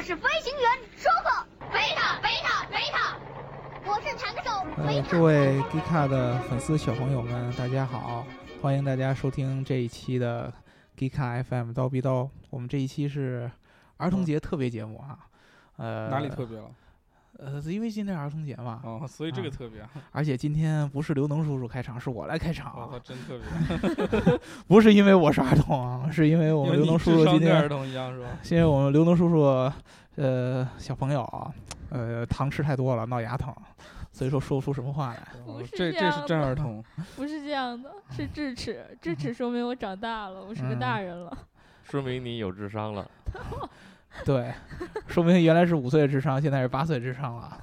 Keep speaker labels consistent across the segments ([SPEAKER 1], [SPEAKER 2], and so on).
[SPEAKER 1] 是飞行员舒克，贝塔贝塔贝塔，我是弹手
[SPEAKER 2] 呃，各位 g i k a 的粉丝小朋友们，大家好！欢迎大家收听这一期的 g i k a FM 刀逼刀。我们这一期是儿童节特别节目啊，呃，
[SPEAKER 3] 哪里特别了？
[SPEAKER 2] 呃，因为今天是儿童节嘛，
[SPEAKER 3] 哦，所以这
[SPEAKER 2] 啊
[SPEAKER 4] 嗯
[SPEAKER 3] 个特别啊，
[SPEAKER 2] 而且今天不是刘能叔叔开场，是我来开场
[SPEAKER 3] 哦我操，
[SPEAKER 2] 啊，
[SPEAKER 3] 真特别，
[SPEAKER 2] 不是因为我是儿童啊，是因为我
[SPEAKER 3] 因
[SPEAKER 2] 们
[SPEAKER 3] 为
[SPEAKER 2] 刘能
[SPEAKER 3] 你
[SPEAKER 2] 叔
[SPEAKER 3] 智
[SPEAKER 2] 叔
[SPEAKER 3] 商
[SPEAKER 2] 今
[SPEAKER 3] 跟
[SPEAKER 2] 天
[SPEAKER 3] 儿童一样是吧？
[SPEAKER 2] 是因为我们刘能叔叔，呃，小朋友啊，呃，糖吃太多了，闹牙疼，所以说说不出什么话来。
[SPEAKER 3] 哦
[SPEAKER 5] 不是
[SPEAKER 3] 这
[SPEAKER 5] 这
[SPEAKER 3] 这是
[SPEAKER 5] 样
[SPEAKER 3] 真
[SPEAKER 5] 的
[SPEAKER 3] 儿 童，
[SPEAKER 5] 不是这样的，是智齿，智
[SPEAKER 2] 嗯
[SPEAKER 5] 齿说明我长大了，我是个大人了。
[SPEAKER 4] 说明你有智商了。
[SPEAKER 2] 对，说明原来是五岁的智商，现在是八岁智商了。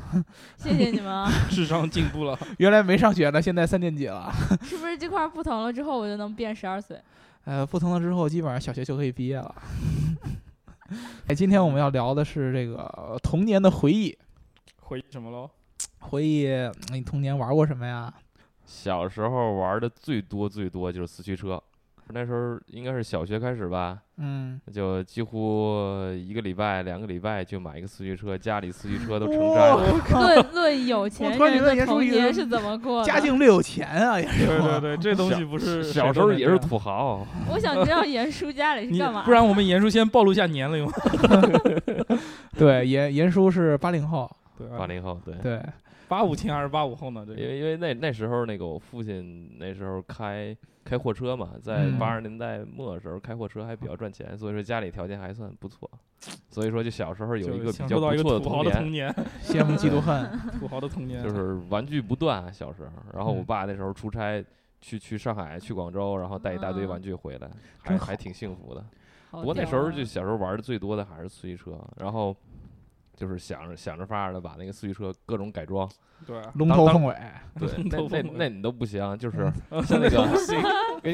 [SPEAKER 5] 谢谢你 们啊！
[SPEAKER 3] 智商进步了。
[SPEAKER 2] 原来没上学呢，现在三年级了。
[SPEAKER 5] 是不是这块儿不疼了之后，我就能变十 二岁？
[SPEAKER 2] 呃，不疼了之后，基本上小学就可以毕业了。 哎，今天我们要聊的是这个童年的回忆，
[SPEAKER 3] 回忆什么 喽？
[SPEAKER 2] 回忆嗯你童年玩过什么呀？
[SPEAKER 4] 小时候玩的最多最多就是四驱车，那时候应该是小学开始吧，
[SPEAKER 2] 嗯，
[SPEAKER 4] 就几乎一个礼拜、两个礼拜就买一个四驱车，家里四驱车都成灾
[SPEAKER 3] 哦
[SPEAKER 4] 了。
[SPEAKER 5] 论论有钱
[SPEAKER 2] 突然觉
[SPEAKER 5] 人
[SPEAKER 2] 得严
[SPEAKER 5] 的
[SPEAKER 2] 肃
[SPEAKER 5] 童
[SPEAKER 2] 一
[SPEAKER 5] 年
[SPEAKER 2] 个
[SPEAKER 5] 是怎么过 的？
[SPEAKER 2] 家境略有钱啊，也是。
[SPEAKER 3] 对对对，这东
[SPEAKER 4] 小
[SPEAKER 3] 西不是
[SPEAKER 4] 小
[SPEAKER 3] 谁
[SPEAKER 4] 时
[SPEAKER 3] 都
[SPEAKER 4] 候
[SPEAKER 3] 能
[SPEAKER 4] 也
[SPEAKER 3] 这
[SPEAKER 4] 是
[SPEAKER 3] 样
[SPEAKER 4] 土豪，
[SPEAKER 5] 我想知道严叔家里是
[SPEAKER 3] 你
[SPEAKER 5] 干嘛？
[SPEAKER 3] 不然我们严叔先暴露一下年龄嘛。
[SPEAKER 2] 对，严严叔是八零后，
[SPEAKER 3] 对
[SPEAKER 4] 八
[SPEAKER 3] 吧？
[SPEAKER 4] 零后对。
[SPEAKER 2] 对，
[SPEAKER 3] 八五前还是八五后呢？这
[SPEAKER 4] 因
[SPEAKER 3] 个
[SPEAKER 4] 为因为那那时候那个我父亲那时候开开货车嘛，在
[SPEAKER 2] 嗯
[SPEAKER 4] 八十年代末的时候开货车还比较赚钱，所以说家里条件还算不错，所以说就小时候有一
[SPEAKER 3] 就
[SPEAKER 4] 个比
[SPEAKER 3] 享
[SPEAKER 4] 较
[SPEAKER 3] 受到
[SPEAKER 4] 不
[SPEAKER 3] 一个
[SPEAKER 4] 错的
[SPEAKER 3] 土豪
[SPEAKER 4] 童
[SPEAKER 3] 的
[SPEAKER 4] 年
[SPEAKER 3] 童，年，
[SPEAKER 2] 羡慕嫉妒恨。
[SPEAKER 3] 土豪的童年
[SPEAKER 4] 就是玩具不断，啊小时候。然后我
[SPEAKER 2] 嗯
[SPEAKER 4] 爸那时候出差去去上海、去广州，然后带一大堆玩
[SPEAKER 5] 嗯
[SPEAKER 4] 具回来，还
[SPEAKER 2] 啊真
[SPEAKER 4] 还
[SPEAKER 2] 好哦
[SPEAKER 4] 挺幸福的。
[SPEAKER 5] 好
[SPEAKER 4] 不过那
[SPEAKER 5] 屌
[SPEAKER 4] 时候
[SPEAKER 5] 啊
[SPEAKER 4] 就小时候玩的最多的还是四驱车，然后就是想着想着法儿的把那个四驱车各种改装。
[SPEAKER 3] 对，啊
[SPEAKER 2] 龙
[SPEAKER 4] 当
[SPEAKER 2] 头
[SPEAKER 4] 当
[SPEAKER 2] 凤尾，
[SPEAKER 4] 对，那
[SPEAKER 3] 都
[SPEAKER 4] 那
[SPEAKER 3] 疯了
[SPEAKER 4] 那你都不行，就是像
[SPEAKER 3] 现
[SPEAKER 4] 那个
[SPEAKER 3] 不行，
[SPEAKER 4] 跟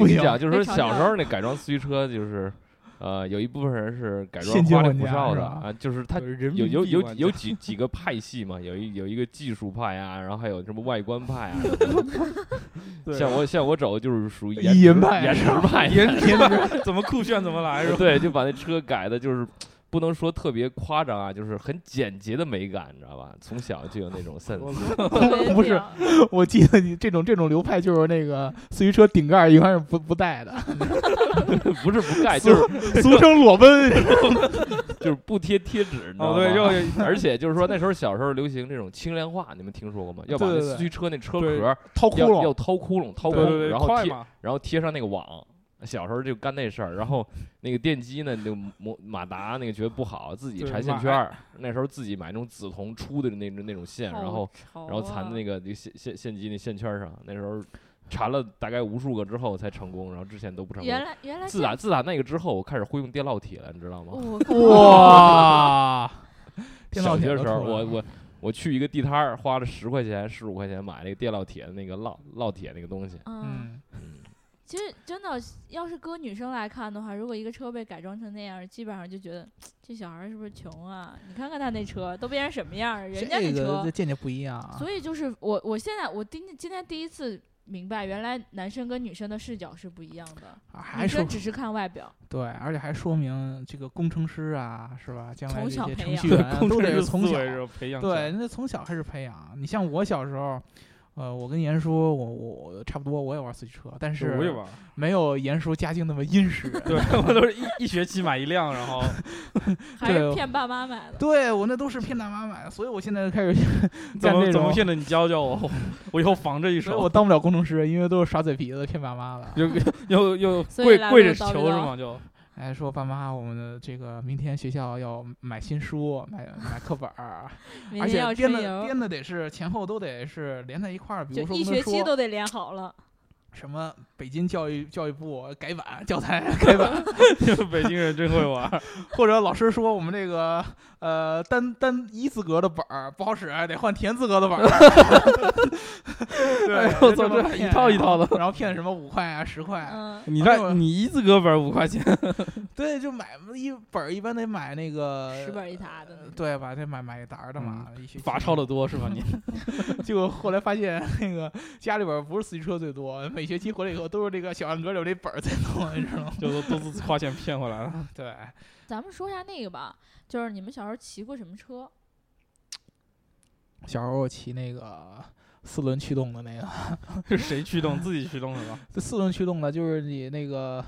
[SPEAKER 2] 嗯不
[SPEAKER 4] 你
[SPEAKER 2] 行
[SPEAKER 4] 讲，就是
[SPEAKER 5] 被
[SPEAKER 4] 说
[SPEAKER 5] 嘲
[SPEAKER 4] 小时
[SPEAKER 5] 笑
[SPEAKER 4] 候那改装四驱车就是。呃，有一部分人是改装
[SPEAKER 2] 现金
[SPEAKER 4] 花里
[SPEAKER 2] 玩
[SPEAKER 4] 胡
[SPEAKER 2] 家
[SPEAKER 4] 哨
[SPEAKER 2] 是
[SPEAKER 4] 的
[SPEAKER 2] 吧
[SPEAKER 4] 啊，就是他
[SPEAKER 3] 就是人
[SPEAKER 4] 有
[SPEAKER 3] 民
[SPEAKER 4] 有
[SPEAKER 3] 币
[SPEAKER 4] 有
[SPEAKER 3] 玩
[SPEAKER 4] 有
[SPEAKER 3] 家
[SPEAKER 4] 几几个派系嘛，有一有一个技术派啊，然后还有什么外观派啊，
[SPEAKER 3] 对
[SPEAKER 4] 像我像我走就是属于
[SPEAKER 2] 意淫
[SPEAKER 4] 颜值
[SPEAKER 2] 派
[SPEAKER 4] 颜
[SPEAKER 2] 是
[SPEAKER 4] 值派 颜值派，
[SPEAKER 3] 怎么酷炫怎么来是吧？
[SPEAKER 4] 对，就把那车改的就是。不能说特别夸张啊，就是很简洁的美感，你知道吧？从小就有那种 sense，
[SPEAKER 3] 我
[SPEAKER 5] 特别
[SPEAKER 2] 不是
[SPEAKER 5] 屌啊
[SPEAKER 2] 我记得你这种这种流派就是那个四驱车顶盖一般是不不带的，
[SPEAKER 4] 不是不盖，就 是
[SPEAKER 2] 俗称裸奔。
[SPEAKER 4] 就是不贴贴纸，你知道
[SPEAKER 3] 哦
[SPEAKER 4] 吗？
[SPEAKER 3] 对，又
[SPEAKER 4] 而且就是说那时候小时候流行这种轻量化，你们听说过吗？要把
[SPEAKER 2] 对
[SPEAKER 4] 那
[SPEAKER 2] 对对
[SPEAKER 4] 四驱车那车
[SPEAKER 3] 对
[SPEAKER 4] 壳儿
[SPEAKER 2] 掏窟
[SPEAKER 4] 要
[SPEAKER 2] 窿
[SPEAKER 4] 要，掏窟窿，掏
[SPEAKER 3] 对
[SPEAKER 4] 空，
[SPEAKER 3] 对对，
[SPEAKER 4] 然后
[SPEAKER 3] 快
[SPEAKER 4] 贴
[SPEAKER 3] 嘛，
[SPEAKER 4] 然后贴上那个网。小时候就干那事儿，然后那个电机呢，那个摩马达那个觉得不好，自己
[SPEAKER 3] 对
[SPEAKER 4] 缠线
[SPEAKER 3] 买
[SPEAKER 4] 圈儿。那时候自己买那种紫铜出的那种那种线， 然后
[SPEAKER 5] 然
[SPEAKER 4] 然后缠在那个那个线线线机那线圈儿上。那时候缠了大概无数个之后才成功，然后之前都不成
[SPEAKER 5] 啊原
[SPEAKER 4] 功。
[SPEAKER 5] 来原来
[SPEAKER 4] 自打自打那个之后，我开始会用电烙铁了，你知道吗？
[SPEAKER 5] 我
[SPEAKER 2] 哇！电
[SPEAKER 4] 小
[SPEAKER 2] 烙
[SPEAKER 4] 学
[SPEAKER 2] 铁
[SPEAKER 4] 的
[SPEAKER 2] 都
[SPEAKER 4] 时候，
[SPEAKER 2] 出来
[SPEAKER 4] 我
[SPEAKER 2] 了嗯
[SPEAKER 4] 我我去一个地摊儿，花了十块钱、十五块钱买那个电烙铁的那个烙烙铁那个东西。
[SPEAKER 5] 嗯。
[SPEAKER 2] 嗯，
[SPEAKER 5] 其实真的，要是搁女生来看的话，如果一个车被改装成那样儿，基本上就觉得这小孩儿是不是穷啊？你看看他那车都变成什么样儿了，嗯人家那
[SPEAKER 2] 这个
[SPEAKER 5] 车。
[SPEAKER 2] 这见解不一样啊。
[SPEAKER 5] 所以就是我，我现在我今今天第一次明白，原来男生跟女生的视角是不一样的，
[SPEAKER 2] 啊
[SPEAKER 5] 女
[SPEAKER 2] 还说
[SPEAKER 5] 生只是看 外表。
[SPEAKER 2] 对，而且还说明这个工程师啊，是吧？将来
[SPEAKER 5] 从
[SPEAKER 2] 这
[SPEAKER 5] 小
[SPEAKER 2] 些
[SPEAKER 5] 培
[SPEAKER 2] 程
[SPEAKER 5] 养
[SPEAKER 2] 序员啊
[SPEAKER 3] 控
[SPEAKER 2] 都得
[SPEAKER 3] 制
[SPEAKER 2] 是从小
[SPEAKER 3] 培养起来
[SPEAKER 2] 对，那从小开始培养。你像我小时候，呃，我跟严叔，我我我差不多，我也玩四驱车，但
[SPEAKER 3] 是我也
[SPEAKER 2] 是
[SPEAKER 3] 玩儿，
[SPEAKER 2] 没有严叔家境那么殷实。
[SPEAKER 3] 对我都是一一学期买一辆，然 后
[SPEAKER 5] 还
[SPEAKER 2] 对
[SPEAKER 5] 是骗爸妈买的。
[SPEAKER 2] 对我那都是骗大妈买的，所以我现在开始
[SPEAKER 3] 怎
[SPEAKER 2] 干
[SPEAKER 3] 么
[SPEAKER 2] 这
[SPEAKER 3] 怎么
[SPEAKER 2] 种。
[SPEAKER 3] 骗的？你教教我， 我以后防着一
[SPEAKER 2] 所以
[SPEAKER 3] 手。
[SPEAKER 2] 我当不了工程师，因为都是耍嘴皮子骗爸妈的。
[SPEAKER 3] 又又又
[SPEAKER 5] 所以
[SPEAKER 3] 跪
[SPEAKER 5] 来
[SPEAKER 3] 跪着
[SPEAKER 5] 录叨
[SPEAKER 3] 求
[SPEAKER 5] 叨
[SPEAKER 3] 是吗？就
[SPEAKER 2] 哎，说爸妈，我们的这个明天学校要买新书，买买课本儿，
[SPEAKER 5] 明
[SPEAKER 2] 而
[SPEAKER 5] 天
[SPEAKER 2] 且
[SPEAKER 5] 要
[SPEAKER 2] 编的
[SPEAKER 5] 春游，
[SPEAKER 2] 编的得是前后都得是连在一块儿，比如
[SPEAKER 5] 就
[SPEAKER 2] 说
[SPEAKER 5] 一
[SPEAKER 2] 我
[SPEAKER 5] 学
[SPEAKER 2] 们
[SPEAKER 5] 期
[SPEAKER 2] 说
[SPEAKER 5] 都得练好了。
[SPEAKER 2] 什么北京教育教育部改版教材改版，
[SPEAKER 3] 北京人真会玩儿，
[SPEAKER 2] 或者老师说我们这个呃单单一资格的本儿不好使，得换田字格的本儿，
[SPEAKER 5] 哎
[SPEAKER 3] 对，
[SPEAKER 2] 我
[SPEAKER 3] 这
[SPEAKER 2] 操，
[SPEAKER 3] 这
[SPEAKER 2] 这
[SPEAKER 3] 一套一套的。
[SPEAKER 2] 的，然后骗什么五块啊十块啊，
[SPEAKER 5] 嗯，
[SPEAKER 3] 你
[SPEAKER 2] 哎我
[SPEAKER 3] 看，你一字哥本五块钱，
[SPEAKER 2] 对，就买一本儿一般得买那个呃
[SPEAKER 5] 十本一沓的那种。
[SPEAKER 2] 对吧？得买买一沓儿的嘛，一学期
[SPEAKER 3] 嗯罚抄的多是吧？你
[SPEAKER 2] 结果后来发现，那个家里边儿不是四驱车最多，每学期回来以后我都是这个小暗格里有这本儿在弄，你知道吗？
[SPEAKER 3] 就都都是花钱骗回来了。
[SPEAKER 2] 对，
[SPEAKER 5] 咱们说一下那个吧，就是你们小时候骑过什么车？
[SPEAKER 2] 小时候我骑那个四轮驱动的那个，
[SPEAKER 3] 是谁驱动？自己驱动的吧？
[SPEAKER 2] 这四轮驱动的就是你那个，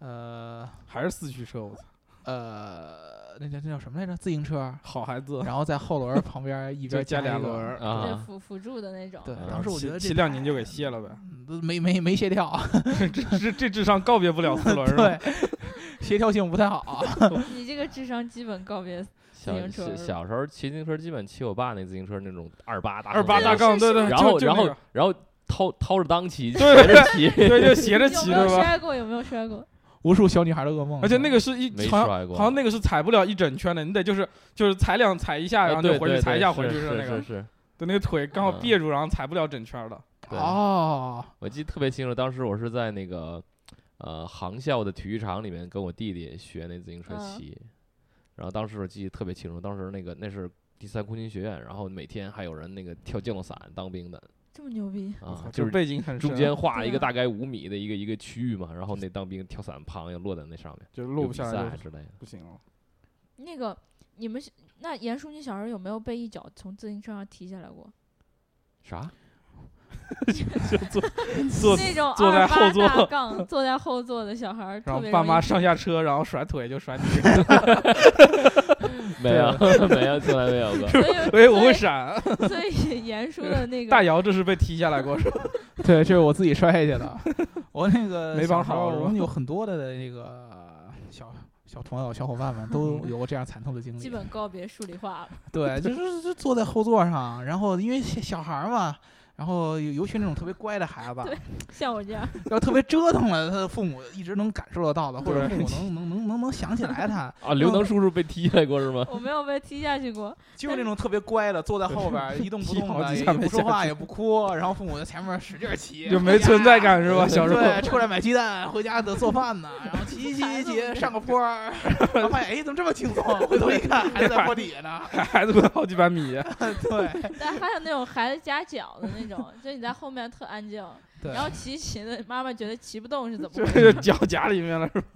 [SPEAKER 2] 呃
[SPEAKER 3] 还是四驱车？我操，
[SPEAKER 2] 呃，那叫那叫什么来着？自行车，
[SPEAKER 3] 好孩 子，
[SPEAKER 2] 然后在后轮儿旁边儿一边
[SPEAKER 3] 就
[SPEAKER 2] 儿
[SPEAKER 3] 加
[SPEAKER 2] 一
[SPEAKER 3] 俩
[SPEAKER 2] 个
[SPEAKER 3] 轮。儿，
[SPEAKER 5] 对，
[SPEAKER 4] 啊，
[SPEAKER 5] 辅辅助的那种。
[SPEAKER 2] 对，
[SPEAKER 4] 啊
[SPEAKER 2] 当时我
[SPEAKER 3] 骑
[SPEAKER 2] 觉得这
[SPEAKER 3] 骑两年就给卸了呗。
[SPEAKER 2] 嗯都没没没卸掉，
[SPEAKER 3] 这这这智商告别不了四轮儿是吧？
[SPEAKER 2] 对，协调性不太好。啊
[SPEAKER 5] 你这个智商基本告别。自
[SPEAKER 4] 小
[SPEAKER 5] 行车
[SPEAKER 4] 小小时候骑自行车，基本骑我爸那自行车那种二八大
[SPEAKER 3] 二八大
[SPEAKER 4] 杠，
[SPEAKER 3] 杠，对对，
[SPEAKER 4] 然后
[SPEAKER 3] 就
[SPEAKER 4] 然
[SPEAKER 3] 就那
[SPEAKER 4] 后
[SPEAKER 3] 个
[SPEAKER 4] 然后掏掏着裆骑，
[SPEAKER 3] 对
[SPEAKER 4] 斜着骑，
[SPEAKER 3] 对， 就斜着
[SPEAKER 5] 有
[SPEAKER 3] 骑
[SPEAKER 5] 没有
[SPEAKER 3] 的吧？
[SPEAKER 5] 摔过？有没有摔过？
[SPEAKER 2] 无数小女孩的噩梦。
[SPEAKER 3] 而且那
[SPEAKER 2] 个
[SPEAKER 3] 个是一
[SPEAKER 4] 没
[SPEAKER 3] 好像
[SPEAKER 4] 摔过
[SPEAKER 3] 好像那个是踩不了一整圈的，你得就是就是踩两踩一下，然后
[SPEAKER 4] 啊对
[SPEAKER 3] 就回去
[SPEAKER 4] 对
[SPEAKER 3] 踩一
[SPEAKER 4] 对
[SPEAKER 3] 下
[SPEAKER 4] 是
[SPEAKER 3] 回去
[SPEAKER 4] 是
[SPEAKER 3] 那个
[SPEAKER 4] 是，嗯啊是，
[SPEAKER 3] 对，那个腿刚好别住，然后踩不了整圈的。
[SPEAKER 4] 对
[SPEAKER 2] 哦，
[SPEAKER 4] 我记得特别清楚，当时我是在那个呃航校的体育场里面跟我弟弟学那自行车
[SPEAKER 5] 嗯
[SPEAKER 4] 骑，然后当时我记得特别清楚，当时那个那是第三空军学院，然后每天还有人那个跳降落伞当兵的
[SPEAKER 5] 这么牛逼？
[SPEAKER 4] 啊，
[SPEAKER 3] 就
[SPEAKER 4] 就是
[SPEAKER 3] 背景很深
[SPEAKER 4] 中间画一
[SPEAKER 5] 对
[SPEAKER 4] 个
[SPEAKER 5] 啊
[SPEAKER 4] 大概五米的一个一个区域嘛，然后那当兵跳伞，砰要落在那上面，
[SPEAKER 3] 就落
[SPEAKER 4] 有
[SPEAKER 3] 不
[SPEAKER 4] 比
[SPEAKER 3] 下来
[SPEAKER 4] 赛
[SPEAKER 3] 就
[SPEAKER 4] 之类的。
[SPEAKER 3] 不行 了。
[SPEAKER 5] 那个你们小那严叔，你小时候有没有被一脚从自行车上踢下来过？
[SPEAKER 4] 啥？
[SPEAKER 3] 坐
[SPEAKER 5] 那种
[SPEAKER 3] 坐在
[SPEAKER 5] 二八
[SPEAKER 3] 后座
[SPEAKER 5] 大杠坐在后座的小孩儿
[SPEAKER 3] 然
[SPEAKER 5] 特
[SPEAKER 3] 后
[SPEAKER 5] 别
[SPEAKER 3] 爸
[SPEAKER 5] 容易
[SPEAKER 3] 妈 上下车，然后甩腿就甩你，
[SPEAKER 4] 没有没有，从来没有过。
[SPEAKER 5] 所以
[SPEAKER 3] 所以哎我会闪。
[SPEAKER 5] 所以所以严叔的那个
[SPEAKER 3] 大姚这是被踢下来过是吧？
[SPEAKER 2] 对，这是我自己摔下去 的。我那个
[SPEAKER 3] 没
[SPEAKER 2] 小
[SPEAKER 3] 帮
[SPEAKER 2] 时候
[SPEAKER 3] 好是吧
[SPEAKER 2] 我们有很多的那个小小朋友、小伙伴们都
[SPEAKER 3] 嗯
[SPEAKER 2] 有过这样惨痛的经
[SPEAKER 5] 基
[SPEAKER 2] 历。
[SPEAKER 5] 本告别数理化了。
[SPEAKER 2] 对，就是就坐在后座上，然后因为小小孩儿嘛，然后尤尤其那种特别乖的孩子，
[SPEAKER 5] 对像我这样，
[SPEAKER 2] 要特别折腾了，他的父母一直能感受得到的，或者
[SPEAKER 3] 对
[SPEAKER 2] 父母能能能能能想起来他，
[SPEAKER 4] 啊，刘能叔叔被踢下来过是吗？
[SPEAKER 5] 我没有被踢下去过。
[SPEAKER 2] 就是那种特别乖的，坐在后边儿一动不
[SPEAKER 3] 踢
[SPEAKER 2] 动
[SPEAKER 3] 好
[SPEAKER 2] 的，
[SPEAKER 3] 几
[SPEAKER 2] 也
[SPEAKER 3] 下
[SPEAKER 2] 不
[SPEAKER 3] 没
[SPEAKER 2] 说
[SPEAKER 3] 下
[SPEAKER 2] 话也不哭，然后父母在前面使劲儿骑，哎
[SPEAKER 3] 就没存在感是吧？小时候
[SPEAKER 2] 对，出来买鸡蛋，回家得做饭呢，然后骑骑骑骑上个坡 儿，然后发现哎怎么这么轻松？回头一看还是在坡底下 呢。
[SPEAKER 3] 孩子滚好几百米，
[SPEAKER 2] 对
[SPEAKER 5] 但还有那种孩子夹脚的 那种，就你在后面特安静，
[SPEAKER 2] 对
[SPEAKER 5] 然后骑骑的，妈妈觉得骑不动是怎么
[SPEAKER 3] 就
[SPEAKER 5] 回
[SPEAKER 3] 是
[SPEAKER 5] 事？
[SPEAKER 3] 脚夹里面了是吧？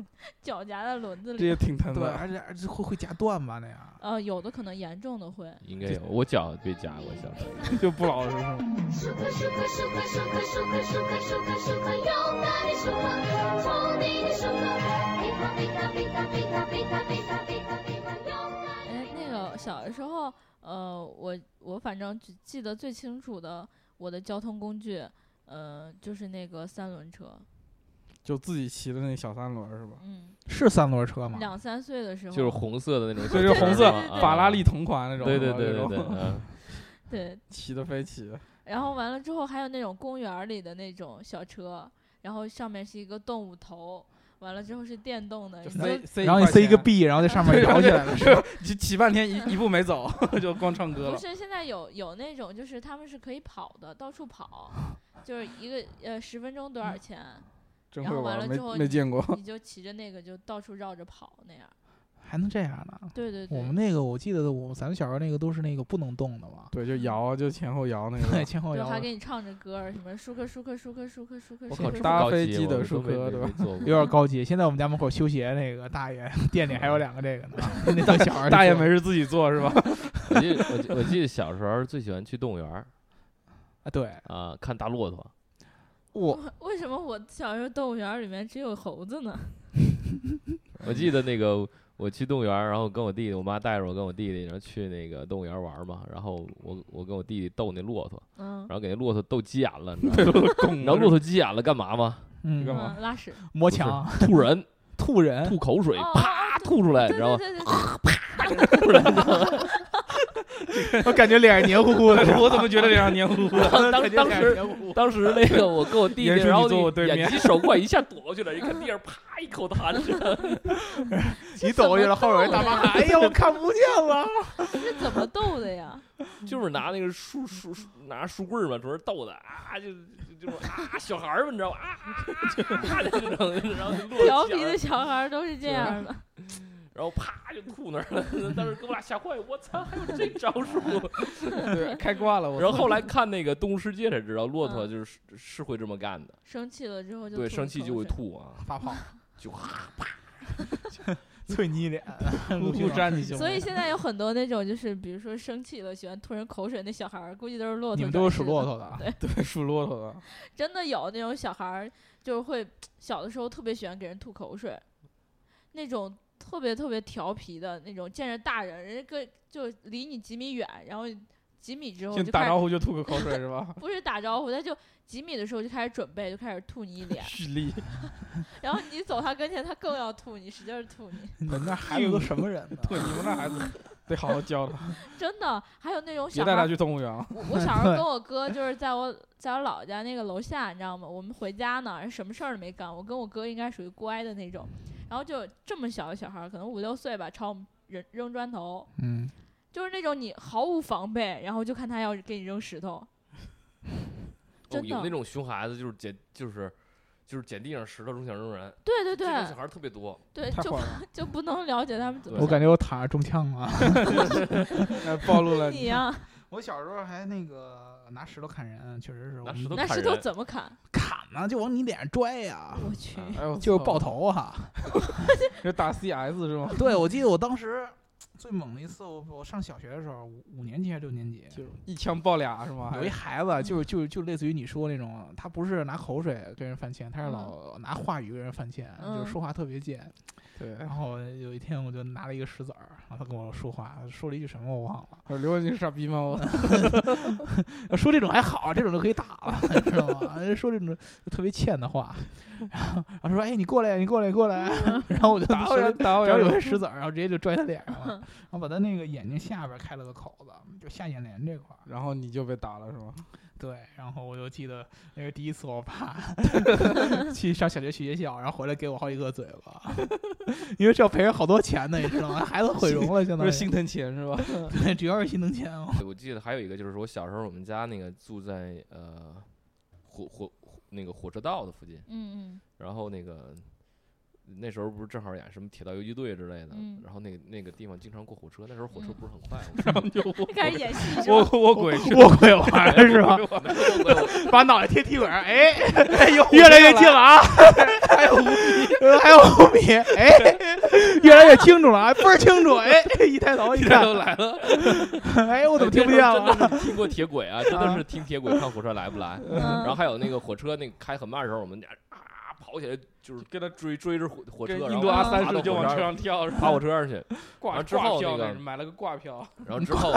[SPEAKER 5] 脚夹在轮子
[SPEAKER 3] 这
[SPEAKER 5] 里。
[SPEAKER 3] 也挺疼
[SPEAKER 2] 对，
[SPEAKER 3] 的。
[SPEAKER 2] 而且而且会会夹断吧那样。
[SPEAKER 5] 呃，有的可能严重的会，
[SPEAKER 4] 应该有，我脚被夹过，小时候。
[SPEAKER 3] 就不老实是吗？
[SPEAKER 1] 舒克舒克舒克舒克舒克舒克舒克舒克，勇敢的舒克，聪明的舒克，贝塔贝塔贝塔贝塔贝塔贝塔贝塔贝塔，勇敢。
[SPEAKER 5] 哎，那个小的时候，呃，我我反正只记得最清楚的我的交通工具，呃，就是那个三轮车，
[SPEAKER 3] 就自己骑的那小三轮是吧？
[SPEAKER 5] 嗯，
[SPEAKER 2] 是三轮车吗？
[SPEAKER 5] 两三岁的时候，
[SPEAKER 4] 就是红色的那种小
[SPEAKER 3] 就
[SPEAKER 4] 车
[SPEAKER 3] 是
[SPEAKER 4] 嘛，
[SPEAKER 3] 红色
[SPEAKER 4] 啊
[SPEAKER 3] 法拉利，同款那种，
[SPEAKER 4] 对对
[SPEAKER 3] 是吧
[SPEAKER 4] 对对
[SPEAKER 3] 那
[SPEAKER 4] 对，
[SPEAKER 3] 种
[SPEAKER 4] 嗯
[SPEAKER 5] 对，
[SPEAKER 3] 骑的飞起，
[SPEAKER 5] 然后完了之后还有那种公园儿里的那种小车，然后上面是一个动物头，完了之后是电动的，
[SPEAKER 3] 就
[SPEAKER 5] 你就
[SPEAKER 3] 塞塞，
[SPEAKER 2] 然后你塞一个，币，然后在上面
[SPEAKER 3] 对，然
[SPEAKER 2] 摇
[SPEAKER 3] 后
[SPEAKER 2] 起
[SPEAKER 3] 就
[SPEAKER 2] 来 了。
[SPEAKER 3] 就骑骑半 天一一步没走，就光唱歌
[SPEAKER 5] 不
[SPEAKER 3] 了。
[SPEAKER 5] 是现在有有那种就是他们是可以跑的，到处跑，就是一个呃十分钟多少钱，
[SPEAKER 3] 真
[SPEAKER 5] 然
[SPEAKER 3] 会
[SPEAKER 5] 后完
[SPEAKER 3] 玩
[SPEAKER 5] 了
[SPEAKER 3] 儿，
[SPEAKER 5] 之后
[SPEAKER 3] 没没见 过。
[SPEAKER 5] 你就骑着那个就到处绕着跑那样。
[SPEAKER 2] 还能这样呢？
[SPEAKER 5] 对对对，
[SPEAKER 2] 我们那个我记得我咱们小时候那个都是那个不能动的嘛，
[SPEAKER 3] 对，
[SPEAKER 5] 嗯
[SPEAKER 3] 就摇，就前后摇那
[SPEAKER 2] 对，
[SPEAKER 3] 个。
[SPEAKER 4] 哦
[SPEAKER 2] 前后
[SPEAKER 5] 就
[SPEAKER 2] 摇
[SPEAKER 5] 还。给你唱着歌儿，什么舒克舒克舒克舒克舒克
[SPEAKER 4] 啊我
[SPEAKER 5] 舒
[SPEAKER 4] 靠，
[SPEAKER 5] 克舒
[SPEAKER 4] 这么
[SPEAKER 5] 克，
[SPEAKER 3] 搭
[SPEAKER 4] 高
[SPEAKER 3] 飞
[SPEAKER 4] 级
[SPEAKER 3] 机
[SPEAKER 4] 我
[SPEAKER 3] 的
[SPEAKER 4] 都
[SPEAKER 3] 舒
[SPEAKER 4] 没
[SPEAKER 3] 克
[SPEAKER 4] 没
[SPEAKER 3] 对
[SPEAKER 4] 没
[SPEAKER 3] 吧
[SPEAKER 4] 坐过
[SPEAKER 2] 有点高级，现在我们家门口修鞋那个大爷店里还有两个这个呢，那叫小孩儿
[SPEAKER 3] 大爷
[SPEAKER 2] 做
[SPEAKER 3] 没事自己做是吧？
[SPEAKER 4] 我记得我记我记得小时候最喜欢去动物园儿
[SPEAKER 2] 啊，对
[SPEAKER 4] 啊，看大骆驼。
[SPEAKER 2] 我
[SPEAKER 5] 为什么我小时候动物园儿里面只有猴子呢？
[SPEAKER 4] 我记得那个我去动物园儿，然后跟我弟弟，我妈带着我跟我弟弟，然后去那个动物园儿玩儿嘛。然后我我跟我弟弟逗那骆驼，
[SPEAKER 5] 嗯
[SPEAKER 4] 然，后给那骆驼逗急眼了，你
[SPEAKER 3] 被
[SPEAKER 4] 知道吗？
[SPEAKER 3] 骆驼拱
[SPEAKER 4] 你知
[SPEAKER 3] 了
[SPEAKER 4] 道
[SPEAKER 3] 是吧，
[SPEAKER 4] 骆驼急眼了干嘛吗？
[SPEAKER 2] 嗯
[SPEAKER 3] 干嘛
[SPEAKER 5] 嗯，拉屎，
[SPEAKER 2] 磨
[SPEAKER 4] 不是
[SPEAKER 2] 墙
[SPEAKER 4] 吐人，
[SPEAKER 2] 吐人
[SPEAKER 4] 吐口水
[SPEAKER 5] 哦，
[SPEAKER 4] 啪吐出来，
[SPEAKER 5] 对
[SPEAKER 4] 你知道
[SPEAKER 5] 对
[SPEAKER 4] 吗？
[SPEAKER 5] 对对对。
[SPEAKER 2] 我感觉脸上黏糊糊 的。
[SPEAKER 3] 我怎么觉得脸上黏糊糊 的？
[SPEAKER 4] 当当
[SPEAKER 2] 感觉脸上
[SPEAKER 4] 当时
[SPEAKER 2] 黏糊糊
[SPEAKER 4] 当时那个我跟我弟弟，
[SPEAKER 3] 严叔
[SPEAKER 4] 然后
[SPEAKER 3] 你坐我对面
[SPEAKER 4] 眼疾手快一下躲过去了，一看地上啪一口痰出来，
[SPEAKER 2] 你走过去了，后边有一大妈喊：“哎呀，我看不见了
[SPEAKER 5] 这怎么逗的呀？
[SPEAKER 4] 就是拿那个树树树拿树棍儿嘛，主要是逗的啊，就就就是啊小孩儿嘛，你知道吧？ 啊，啊啊就这种，然后就落
[SPEAKER 5] 调
[SPEAKER 4] 脚
[SPEAKER 5] 皮的小孩儿都是这样的。
[SPEAKER 4] 然后啪就吐那儿了， 当时给我俩吓坏，我操，还有这招 数！
[SPEAKER 3] 对，开挂了。我
[SPEAKER 4] 然后
[SPEAKER 3] 操
[SPEAKER 4] 后来看那个《动物世界》才知道，骆驼
[SPEAKER 5] 嗯
[SPEAKER 4] 就是是是会这么干的，
[SPEAKER 5] 生气了之后就
[SPEAKER 4] 对，
[SPEAKER 5] 吐
[SPEAKER 4] 生气
[SPEAKER 5] 口
[SPEAKER 4] 就会
[SPEAKER 5] 水。
[SPEAKER 4] 吐啊，
[SPEAKER 2] 发泡，
[SPEAKER 4] 就
[SPEAKER 2] 啐你脸，
[SPEAKER 3] 不不粘你胸，
[SPEAKER 5] 所以现在有很多那种就是，比如说生气了喜欢吐人口水那小孩儿，估计都是骆驼。
[SPEAKER 2] 你们都是属骆。驼的啊，
[SPEAKER 3] 对属骆驼的，
[SPEAKER 5] 真的有那种小孩儿，就是会小的时候特别喜欢给人吐口水，那种特别特别调皮的那种，见着大人，人家跟就离你几米远，然后几米之后
[SPEAKER 3] 先
[SPEAKER 5] 就
[SPEAKER 3] 打
[SPEAKER 5] 开始
[SPEAKER 3] 招呼就吐个口水是 吧？，
[SPEAKER 5] 不是打招呼，他就几米的时候就开始准备，就开始吐你一脸
[SPEAKER 3] 蓄力，
[SPEAKER 5] 然后你走他跟前，他更要吐你，使劲儿吐你。
[SPEAKER 2] 你 们那孩子都什么人呢？
[SPEAKER 3] 对，你们那孩子得好好教他，
[SPEAKER 5] 真的，还有那种
[SPEAKER 3] 别
[SPEAKER 5] 小
[SPEAKER 3] 带
[SPEAKER 5] 孩
[SPEAKER 3] 他
[SPEAKER 5] 儿，
[SPEAKER 3] 去动物园 了。
[SPEAKER 5] 我我小时候跟我哥就是在我在我姥姥家那个楼下，你知道吗？我们回家呢，什么事儿都没干。我跟我哥应该属于乖的那种，然后就这么小的小孩儿，可能五六岁吧，朝我们扔扔砖头，
[SPEAKER 2] 嗯，
[SPEAKER 5] 就是那种你毫无防备，然后就看他要给你扔石 头。
[SPEAKER 4] 哦，
[SPEAKER 5] 真
[SPEAKER 4] 有
[SPEAKER 5] 的
[SPEAKER 4] 那种熊孩子，就是捡，就是就是捡地上石头扔想扔人，
[SPEAKER 5] 对对
[SPEAKER 4] 这种
[SPEAKER 5] 对
[SPEAKER 4] 小孩特别多。
[SPEAKER 5] 对，
[SPEAKER 3] 太
[SPEAKER 5] 就
[SPEAKER 3] 坏了，
[SPEAKER 5] 就不能了解他们怎么
[SPEAKER 4] 对
[SPEAKER 2] 我感觉我躺着中枪了啊。
[SPEAKER 3] 呃暴露了
[SPEAKER 5] 想你啊呀、
[SPEAKER 2] 我小时候还那个拿石头砍人，确实是我
[SPEAKER 4] 拿
[SPEAKER 2] 们
[SPEAKER 4] 石头
[SPEAKER 5] 那
[SPEAKER 4] 砍
[SPEAKER 5] 石头
[SPEAKER 4] 人，
[SPEAKER 5] 怎么砍？
[SPEAKER 2] 砍呢，就往你脸上拽呀，
[SPEAKER 5] 我去，
[SPEAKER 4] 啊
[SPEAKER 3] 哎呦，
[SPEAKER 2] 就是
[SPEAKER 3] 操
[SPEAKER 2] 爆，头啊哈。
[SPEAKER 3] 就打 CS 是 吗？
[SPEAKER 2] 对，我记得我当时最猛的一次，我我上小学的时候，五五年级还是六年级，啊
[SPEAKER 3] 就是一枪爆俩是吗？还
[SPEAKER 2] 有一孩子就就就类似于你说那种，他不是拿口水跟人犯贱，
[SPEAKER 3] 嗯
[SPEAKER 2] 他是老拿话语跟人犯贱，
[SPEAKER 5] 嗯
[SPEAKER 2] 就是说话特别贱。
[SPEAKER 3] 对，
[SPEAKER 2] 然后有一天我就拿了一个石子儿，然后他跟我说话，说了一句什么我忘了。呃
[SPEAKER 3] 我刘文是傻逼吗？ 我
[SPEAKER 2] 说这种还好，这种就可以打了， 你知道吗？说这种特别欠的话， 然后然后说哎你过来你过来你过来， 然后我就
[SPEAKER 3] 打我呀，
[SPEAKER 2] 手里
[SPEAKER 3] 打我
[SPEAKER 2] 只要有
[SPEAKER 3] 呀！
[SPEAKER 2] 块石子儿，然后直接就拽他脸上 了，然后把他那个眼睛下边儿开了个口子，就下眼帘这块儿。
[SPEAKER 3] 然后你就被打了是吗？
[SPEAKER 2] 对，然后我就记得那是第一次我爸 去上小学去学校，然后回来给我好几个嘴巴， 因为这要赔好多钱的，你知道吗？孩子毁容了，相
[SPEAKER 3] 不
[SPEAKER 2] 当于
[SPEAKER 3] 是心疼钱是吧？
[SPEAKER 5] 嗯
[SPEAKER 2] 对，主要是心疼钱 哦。
[SPEAKER 4] 对我记得还有一个就是我小时候我们家那个住在呃火火火那个火车道的附近，
[SPEAKER 5] 嗯
[SPEAKER 4] 然后那个那时候不是正好演什么铁道游击队之类的，
[SPEAKER 5] 嗯
[SPEAKER 4] 然后那个那个地方经常过火车，那时候火车
[SPEAKER 5] 嗯
[SPEAKER 4] 不是很 快，
[SPEAKER 3] 然后就
[SPEAKER 5] 嗯，开始演戏是
[SPEAKER 3] 我
[SPEAKER 5] 吧？
[SPEAKER 3] 我我鬼是
[SPEAKER 2] 卧轨玩儿是吧？
[SPEAKER 4] 我我我
[SPEAKER 2] 把脑袋贴地板上，哎，
[SPEAKER 3] 越
[SPEAKER 2] 越来越近了啊！还有五米，还有五米，哎， 越来越清楚了啊，倍儿清楚，哎， 一抬头一
[SPEAKER 4] 现在
[SPEAKER 2] 看，
[SPEAKER 4] 都来了，
[SPEAKER 2] 哎，我怎么听不见
[SPEAKER 4] 那 时候
[SPEAKER 2] 了？
[SPEAKER 4] 真的是听过铁轨啊，真的是听铁轨看火车来 不来。 然后
[SPEAKER 5] 嗯，
[SPEAKER 4] 还有那个火车，那个开很慢的时候，我们俩啊跑起来就是
[SPEAKER 3] 跟他
[SPEAKER 4] 追追着火火车，
[SPEAKER 3] 跟
[SPEAKER 4] 然
[SPEAKER 3] 印
[SPEAKER 4] 后
[SPEAKER 3] 度
[SPEAKER 4] 爬
[SPEAKER 3] 阿
[SPEAKER 4] 到
[SPEAKER 3] 三
[SPEAKER 4] 火
[SPEAKER 3] 世就往
[SPEAKER 4] 车
[SPEAKER 3] 车
[SPEAKER 4] 上
[SPEAKER 3] 上跳，是吧
[SPEAKER 4] 爬火车上去，
[SPEAKER 3] 挂
[SPEAKER 4] 完之
[SPEAKER 3] 挂
[SPEAKER 4] 后
[SPEAKER 3] 票
[SPEAKER 4] 那
[SPEAKER 3] 的
[SPEAKER 4] 个
[SPEAKER 3] 人买了个挂票，
[SPEAKER 4] 然后之后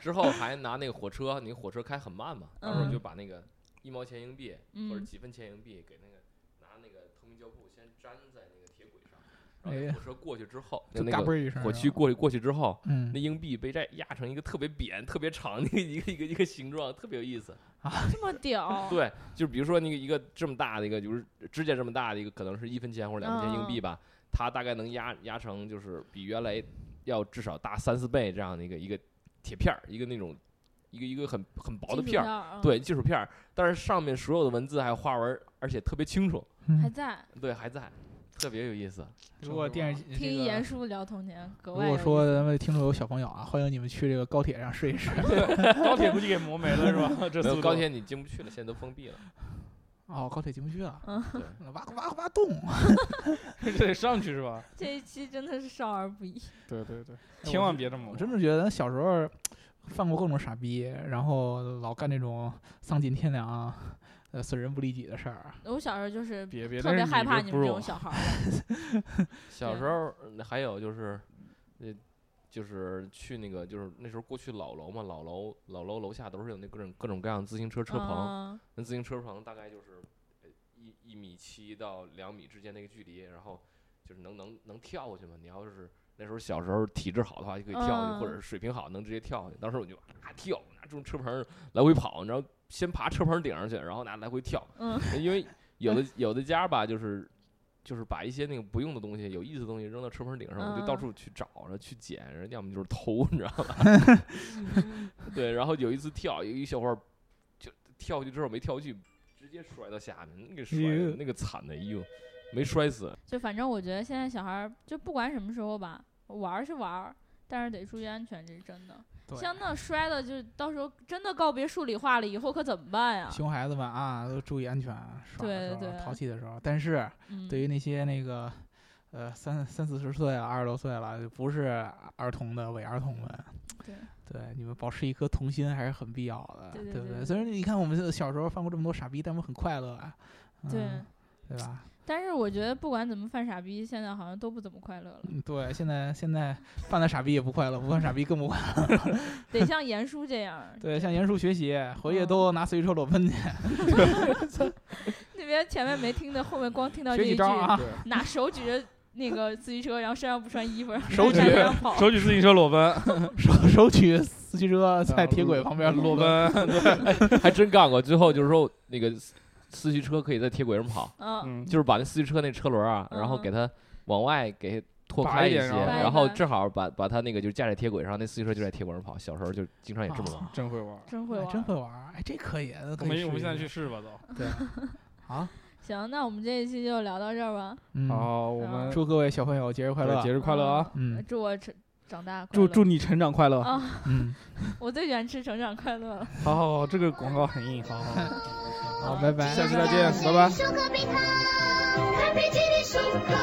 [SPEAKER 4] 之后还拿那个火车，你火车开很慢嘛，到时候
[SPEAKER 5] 嗯
[SPEAKER 4] 就把那个一毛钱硬币或者
[SPEAKER 5] 嗯
[SPEAKER 4] 几分钱硬币给那个拿那个透明胶布先粘在那个铁轨上，然后
[SPEAKER 2] 哎
[SPEAKER 4] 那
[SPEAKER 2] 呀
[SPEAKER 4] 火车过去之后，
[SPEAKER 2] 就
[SPEAKER 4] 那
[SPEAKER 2] 嘎嘣
[SPEAKER 4] 个
[SPEAKER 2] 儿一声，
[SPEAKER 4] 火区过去过去之后，
[SPEAKER 2] 嗯
[SPEAKER 4] 那，硬币被这压成一个特别扁、特别长 的一个一个一个形状，特别有意思。
[SPEAKER 5] 这么屌，
[SPEAKER 4] 对，就是比如说那个一个这么大的一个，就是指甲这么大的一个，可能是一分钱或者两分钱硬币吧，它大概能压压成就是比原来要至少大三四倍这样的一个一个铁片儿，一个那种一个一个很很薄的
[SPEAKER 5] 金属
[SPEAKER 4] 片儿，
[SPEAKER 5] 儿，嗯，
[SPEAKER 4] 对，技术片儿，但是上面所有的文字还有花纹，而且特别清楚，
[SPEAKER 5] 嗯还在。
[SPEAKER 4] 对，还在，特别有意思。
[SPEAKER 2] 如果电视
[SPEAKER 5] 听
[SPEAKER 2] 这个
[SPEAKER 5] 严叔聊童年，格
[SPEAKER 2] 如
[SPEAKER 5] 外有
[SPEAKER 2] 果
[SPEAKER 5] 意思。
[SPEAKER 2] 说咱们听众有小朋友啊，欢迎你们去这个高铁上试 一试
[SPEAKER 3] 高铁估计给磨没了是 吧？这
[SPEAKER 4] 没有
[SPEAKER 3] 速
[SPEAKER 4] 高
[SPEAKER 3] 度
[SPEAKER 4] 铁你进不去了，现在都封闭了。
[SPEAKER 2] 哦，高铁进不去了，
[SPEAKER 5] 嗯
[SPEAKER 4] 对，
[SPEAKER 2] 挖挖挖洞，
[SPEAKER 3] 这得上去是吧？
[SPEAKER 5] 这一期真的是少儿 不宜，
[SPEAKER 3] 对对对，
[SPEAKER 2] 我
[SPEAKER 3] 千万
[SPEAKER 2] 是
[SPEAKER 3] 别这么
[SPEAKER 2] 我
[SPEAKER 3] 磨。
[SPEAKER 2] 真的觉得咱小时候犯过各种傻逼，然后老干那种丧尽天良、呃损人不利己的事儿。
[SPEAKER 5] 我小时候就是
[SPEAKER 3] 别别，
[SPEAKER 5] 特别害怕你们这种
[SPEAKER 3] 小。
[SPEAKER 5] 小 孩儿的。
[SPEAKER 4] 小
[SPEAKER 5] 对
[SPEAKER 4] 时候嗯还有就是，那就是去那个就是那时候过去老楼嘛，老楼老楼楼下都是有那各种各种各样自行车车棚，
[SPEAKER 5] 嗯
[SPEAKER 4] 那自行车棚大概就是呃一一米七到两米之间那个距离，然后就是能能能跳过去嘛。你要是那时候小时候体质好的话，就可以跳下去，或
[SPEAKER 5] 嗯
[SPEAKER 4] 者是水平好能直接跳下去。当时我就啊跳，拿这种车棚来回跑，你知道，先爬车棚顶上去，然后拿来回跳，
[SPEAKER 5] 嗯，
[SPEAKER 4] 因为有的有的家吧，就是就是把一些那个不用的东西、有意思的东西扔到车棚顶上，我就到
[SPEAKER 5] 嗯
[SPEAKER 4] 处去找，然后去捡，人要么就是偷，你知道吧？
[SPEAKER 5] 嗯
[SPEAKER 4] 对，然后有一次跳，有一小伙儿就跳下去之后没跳去，直接摔到下面，那个摔的
[SPEAKER 2] 哎呦
[SPEAKER 4] 那个惨的，哎呦，没摔死。
[SPEAKER 5] 就反正我觉得现在小孩儿就不管什么时候吧，玩儿是玩儿，但是得注意安全，这是真的。
[SPEAKER 2] 对
[SPEAKER 5] 像那摔的，就是到时候真的告别数理化了，以后可怎么办呀？
[SPEAKER 2] 熊孩子们啊，都注意安全，耍的
[SPEAKER 5] 对
[SPEAKER 2] 时候
[SPEAKER 5] 对对
[SPEAKER 2] 淘气的时候。但是
[SPEAKER 5] 嗯，
[SPEAKER 2] 对于那些那个呃三三四十岁啊、二十多岁了，就不是儿童的伪儿童们，
[SPEAKER 5] 对
[SPEAKER 2] 对你们保持一颗童心还是很必要的，
[SPEAKER 5] 对对
[SPEAKER 2] 不
[SPEAKER 5] 对
[SPEAKER 2] 对？
[SPEAKER 5] 对
[SPEAKER 2] 虽然你看我们小时候犯过这么多傻逼，但我们很快乐啊，嗯、
[SPEAKER 5] 对。
[SPEAKER 2] 对吧？
[SPEAKER 5] 但是我觉得不管怎么犯傻逼，现在好像都不怎么快乐了，
[SPEAKER 2] 嗯，对，现在现在犯了傻逼也不快乐，不犯傻逼更不快乐。
[SPEAKER 5] 得像严叔这样儿。
[SPEAKER 2] 对，向严叔学习，回
[SPEAKER 5] 嗯
[SPEAKER 2] 去都拿随意车裸奔去，
[SPEAKER 5] 那边前面没听的，后面光听到这
[SPEAKER 2] 学
[SPEAKER 5] 一
[SPEAKER 2] 几
[SPEAKER 5] 句，
[SPEAKER 2] 招啊！
[SPEAKER 4] 对，
[SPEAKER 5] 拿手举着那个自行车，然后身上不穿衣服，然后
[SPEAKER 2] 手
[SPEAKER 5] 在
[SPEAKER 2] 举
[SPEAKER 5] 山上跑。
[SPEAKER 3] 手举自行车裸奔，
[SPEAKER 2] 手手举四驱车在铁轨旁边
[SPEAKER 3] 裸，奔，
[SPEAKER 4] 还真干过。最后就是说那个四四驱车可以在铁轨上跑，
[SPEAKER 5] 嗯，
[SPEAKER 3] 嗯，
[SPEAKER 4] 就是把那四驱车那车轮啊，然后
[SPEAKER 5] 嗯
[SPEAKER 4] 给它往外给拓
[SPEAKER 3] 拔
[SPEAKER 4] 开
[SPEAKER 3] 一点
[SPEAKER 4] 些，
[SPEAKER 3] 然后
[SPEAKER 4] 然
[SPEAKER 5] 掰
[SPEAKER 4] 后
[SPEAKER 5] 开
[SPEAKER 4] 正好把把它那个就是架在铁轨上，那四驱车就在铁轨上跑。小时候就经常也这
[SPEAKER 5] 哦
[SPEAKER 4] 么
[SPEAKER 2] 啊
[SPEAKER 4] 玩。
[SPEAKER 3] 真会玩。
[SPEAKER 5] 真会
[SPEAKER 2] 哎
[SPEAKER 5] 玩儿。
[SPEAKER 2] 真会玩儿，哎，这可以，
[SPEAKER 3] 我
[SPEAKER 2] 我
[SPEAKER 3] 们我们现在去试吧都。
[SPEAKER 2] 对，好，
[SPEAKER 5] 行，那我们这一期就聊到这儿吧。
[SPEAKER 2] 嗯，
[SPEAKER 3] 好，我们
[SPEAKER 2] 祝各位小朋友节日快乐，
[SPEAKER 3] 节日快乐啊！
[SPEAKER 2] 嗯
[SPEAKER 5] 祝我成长大快
[SPEAKER 3] 祝
[SPEAKER 5] 乐。
[SPEAKER 3] 祝你成长快乐。
[SPEAKER 5] 啊、
[SPEAKER 2] 嗯，
[SPEAKER 5] 我最喜欢吃成长快乐了。
[SPEAKER 3] 好好好，这个广告很硬，好好好。
[SPEAKER 2] 好，拜拜，
[SPEAKER 3] 下次再见，拜拜。
[SPEAKER 1] ショコビカカペチリショコ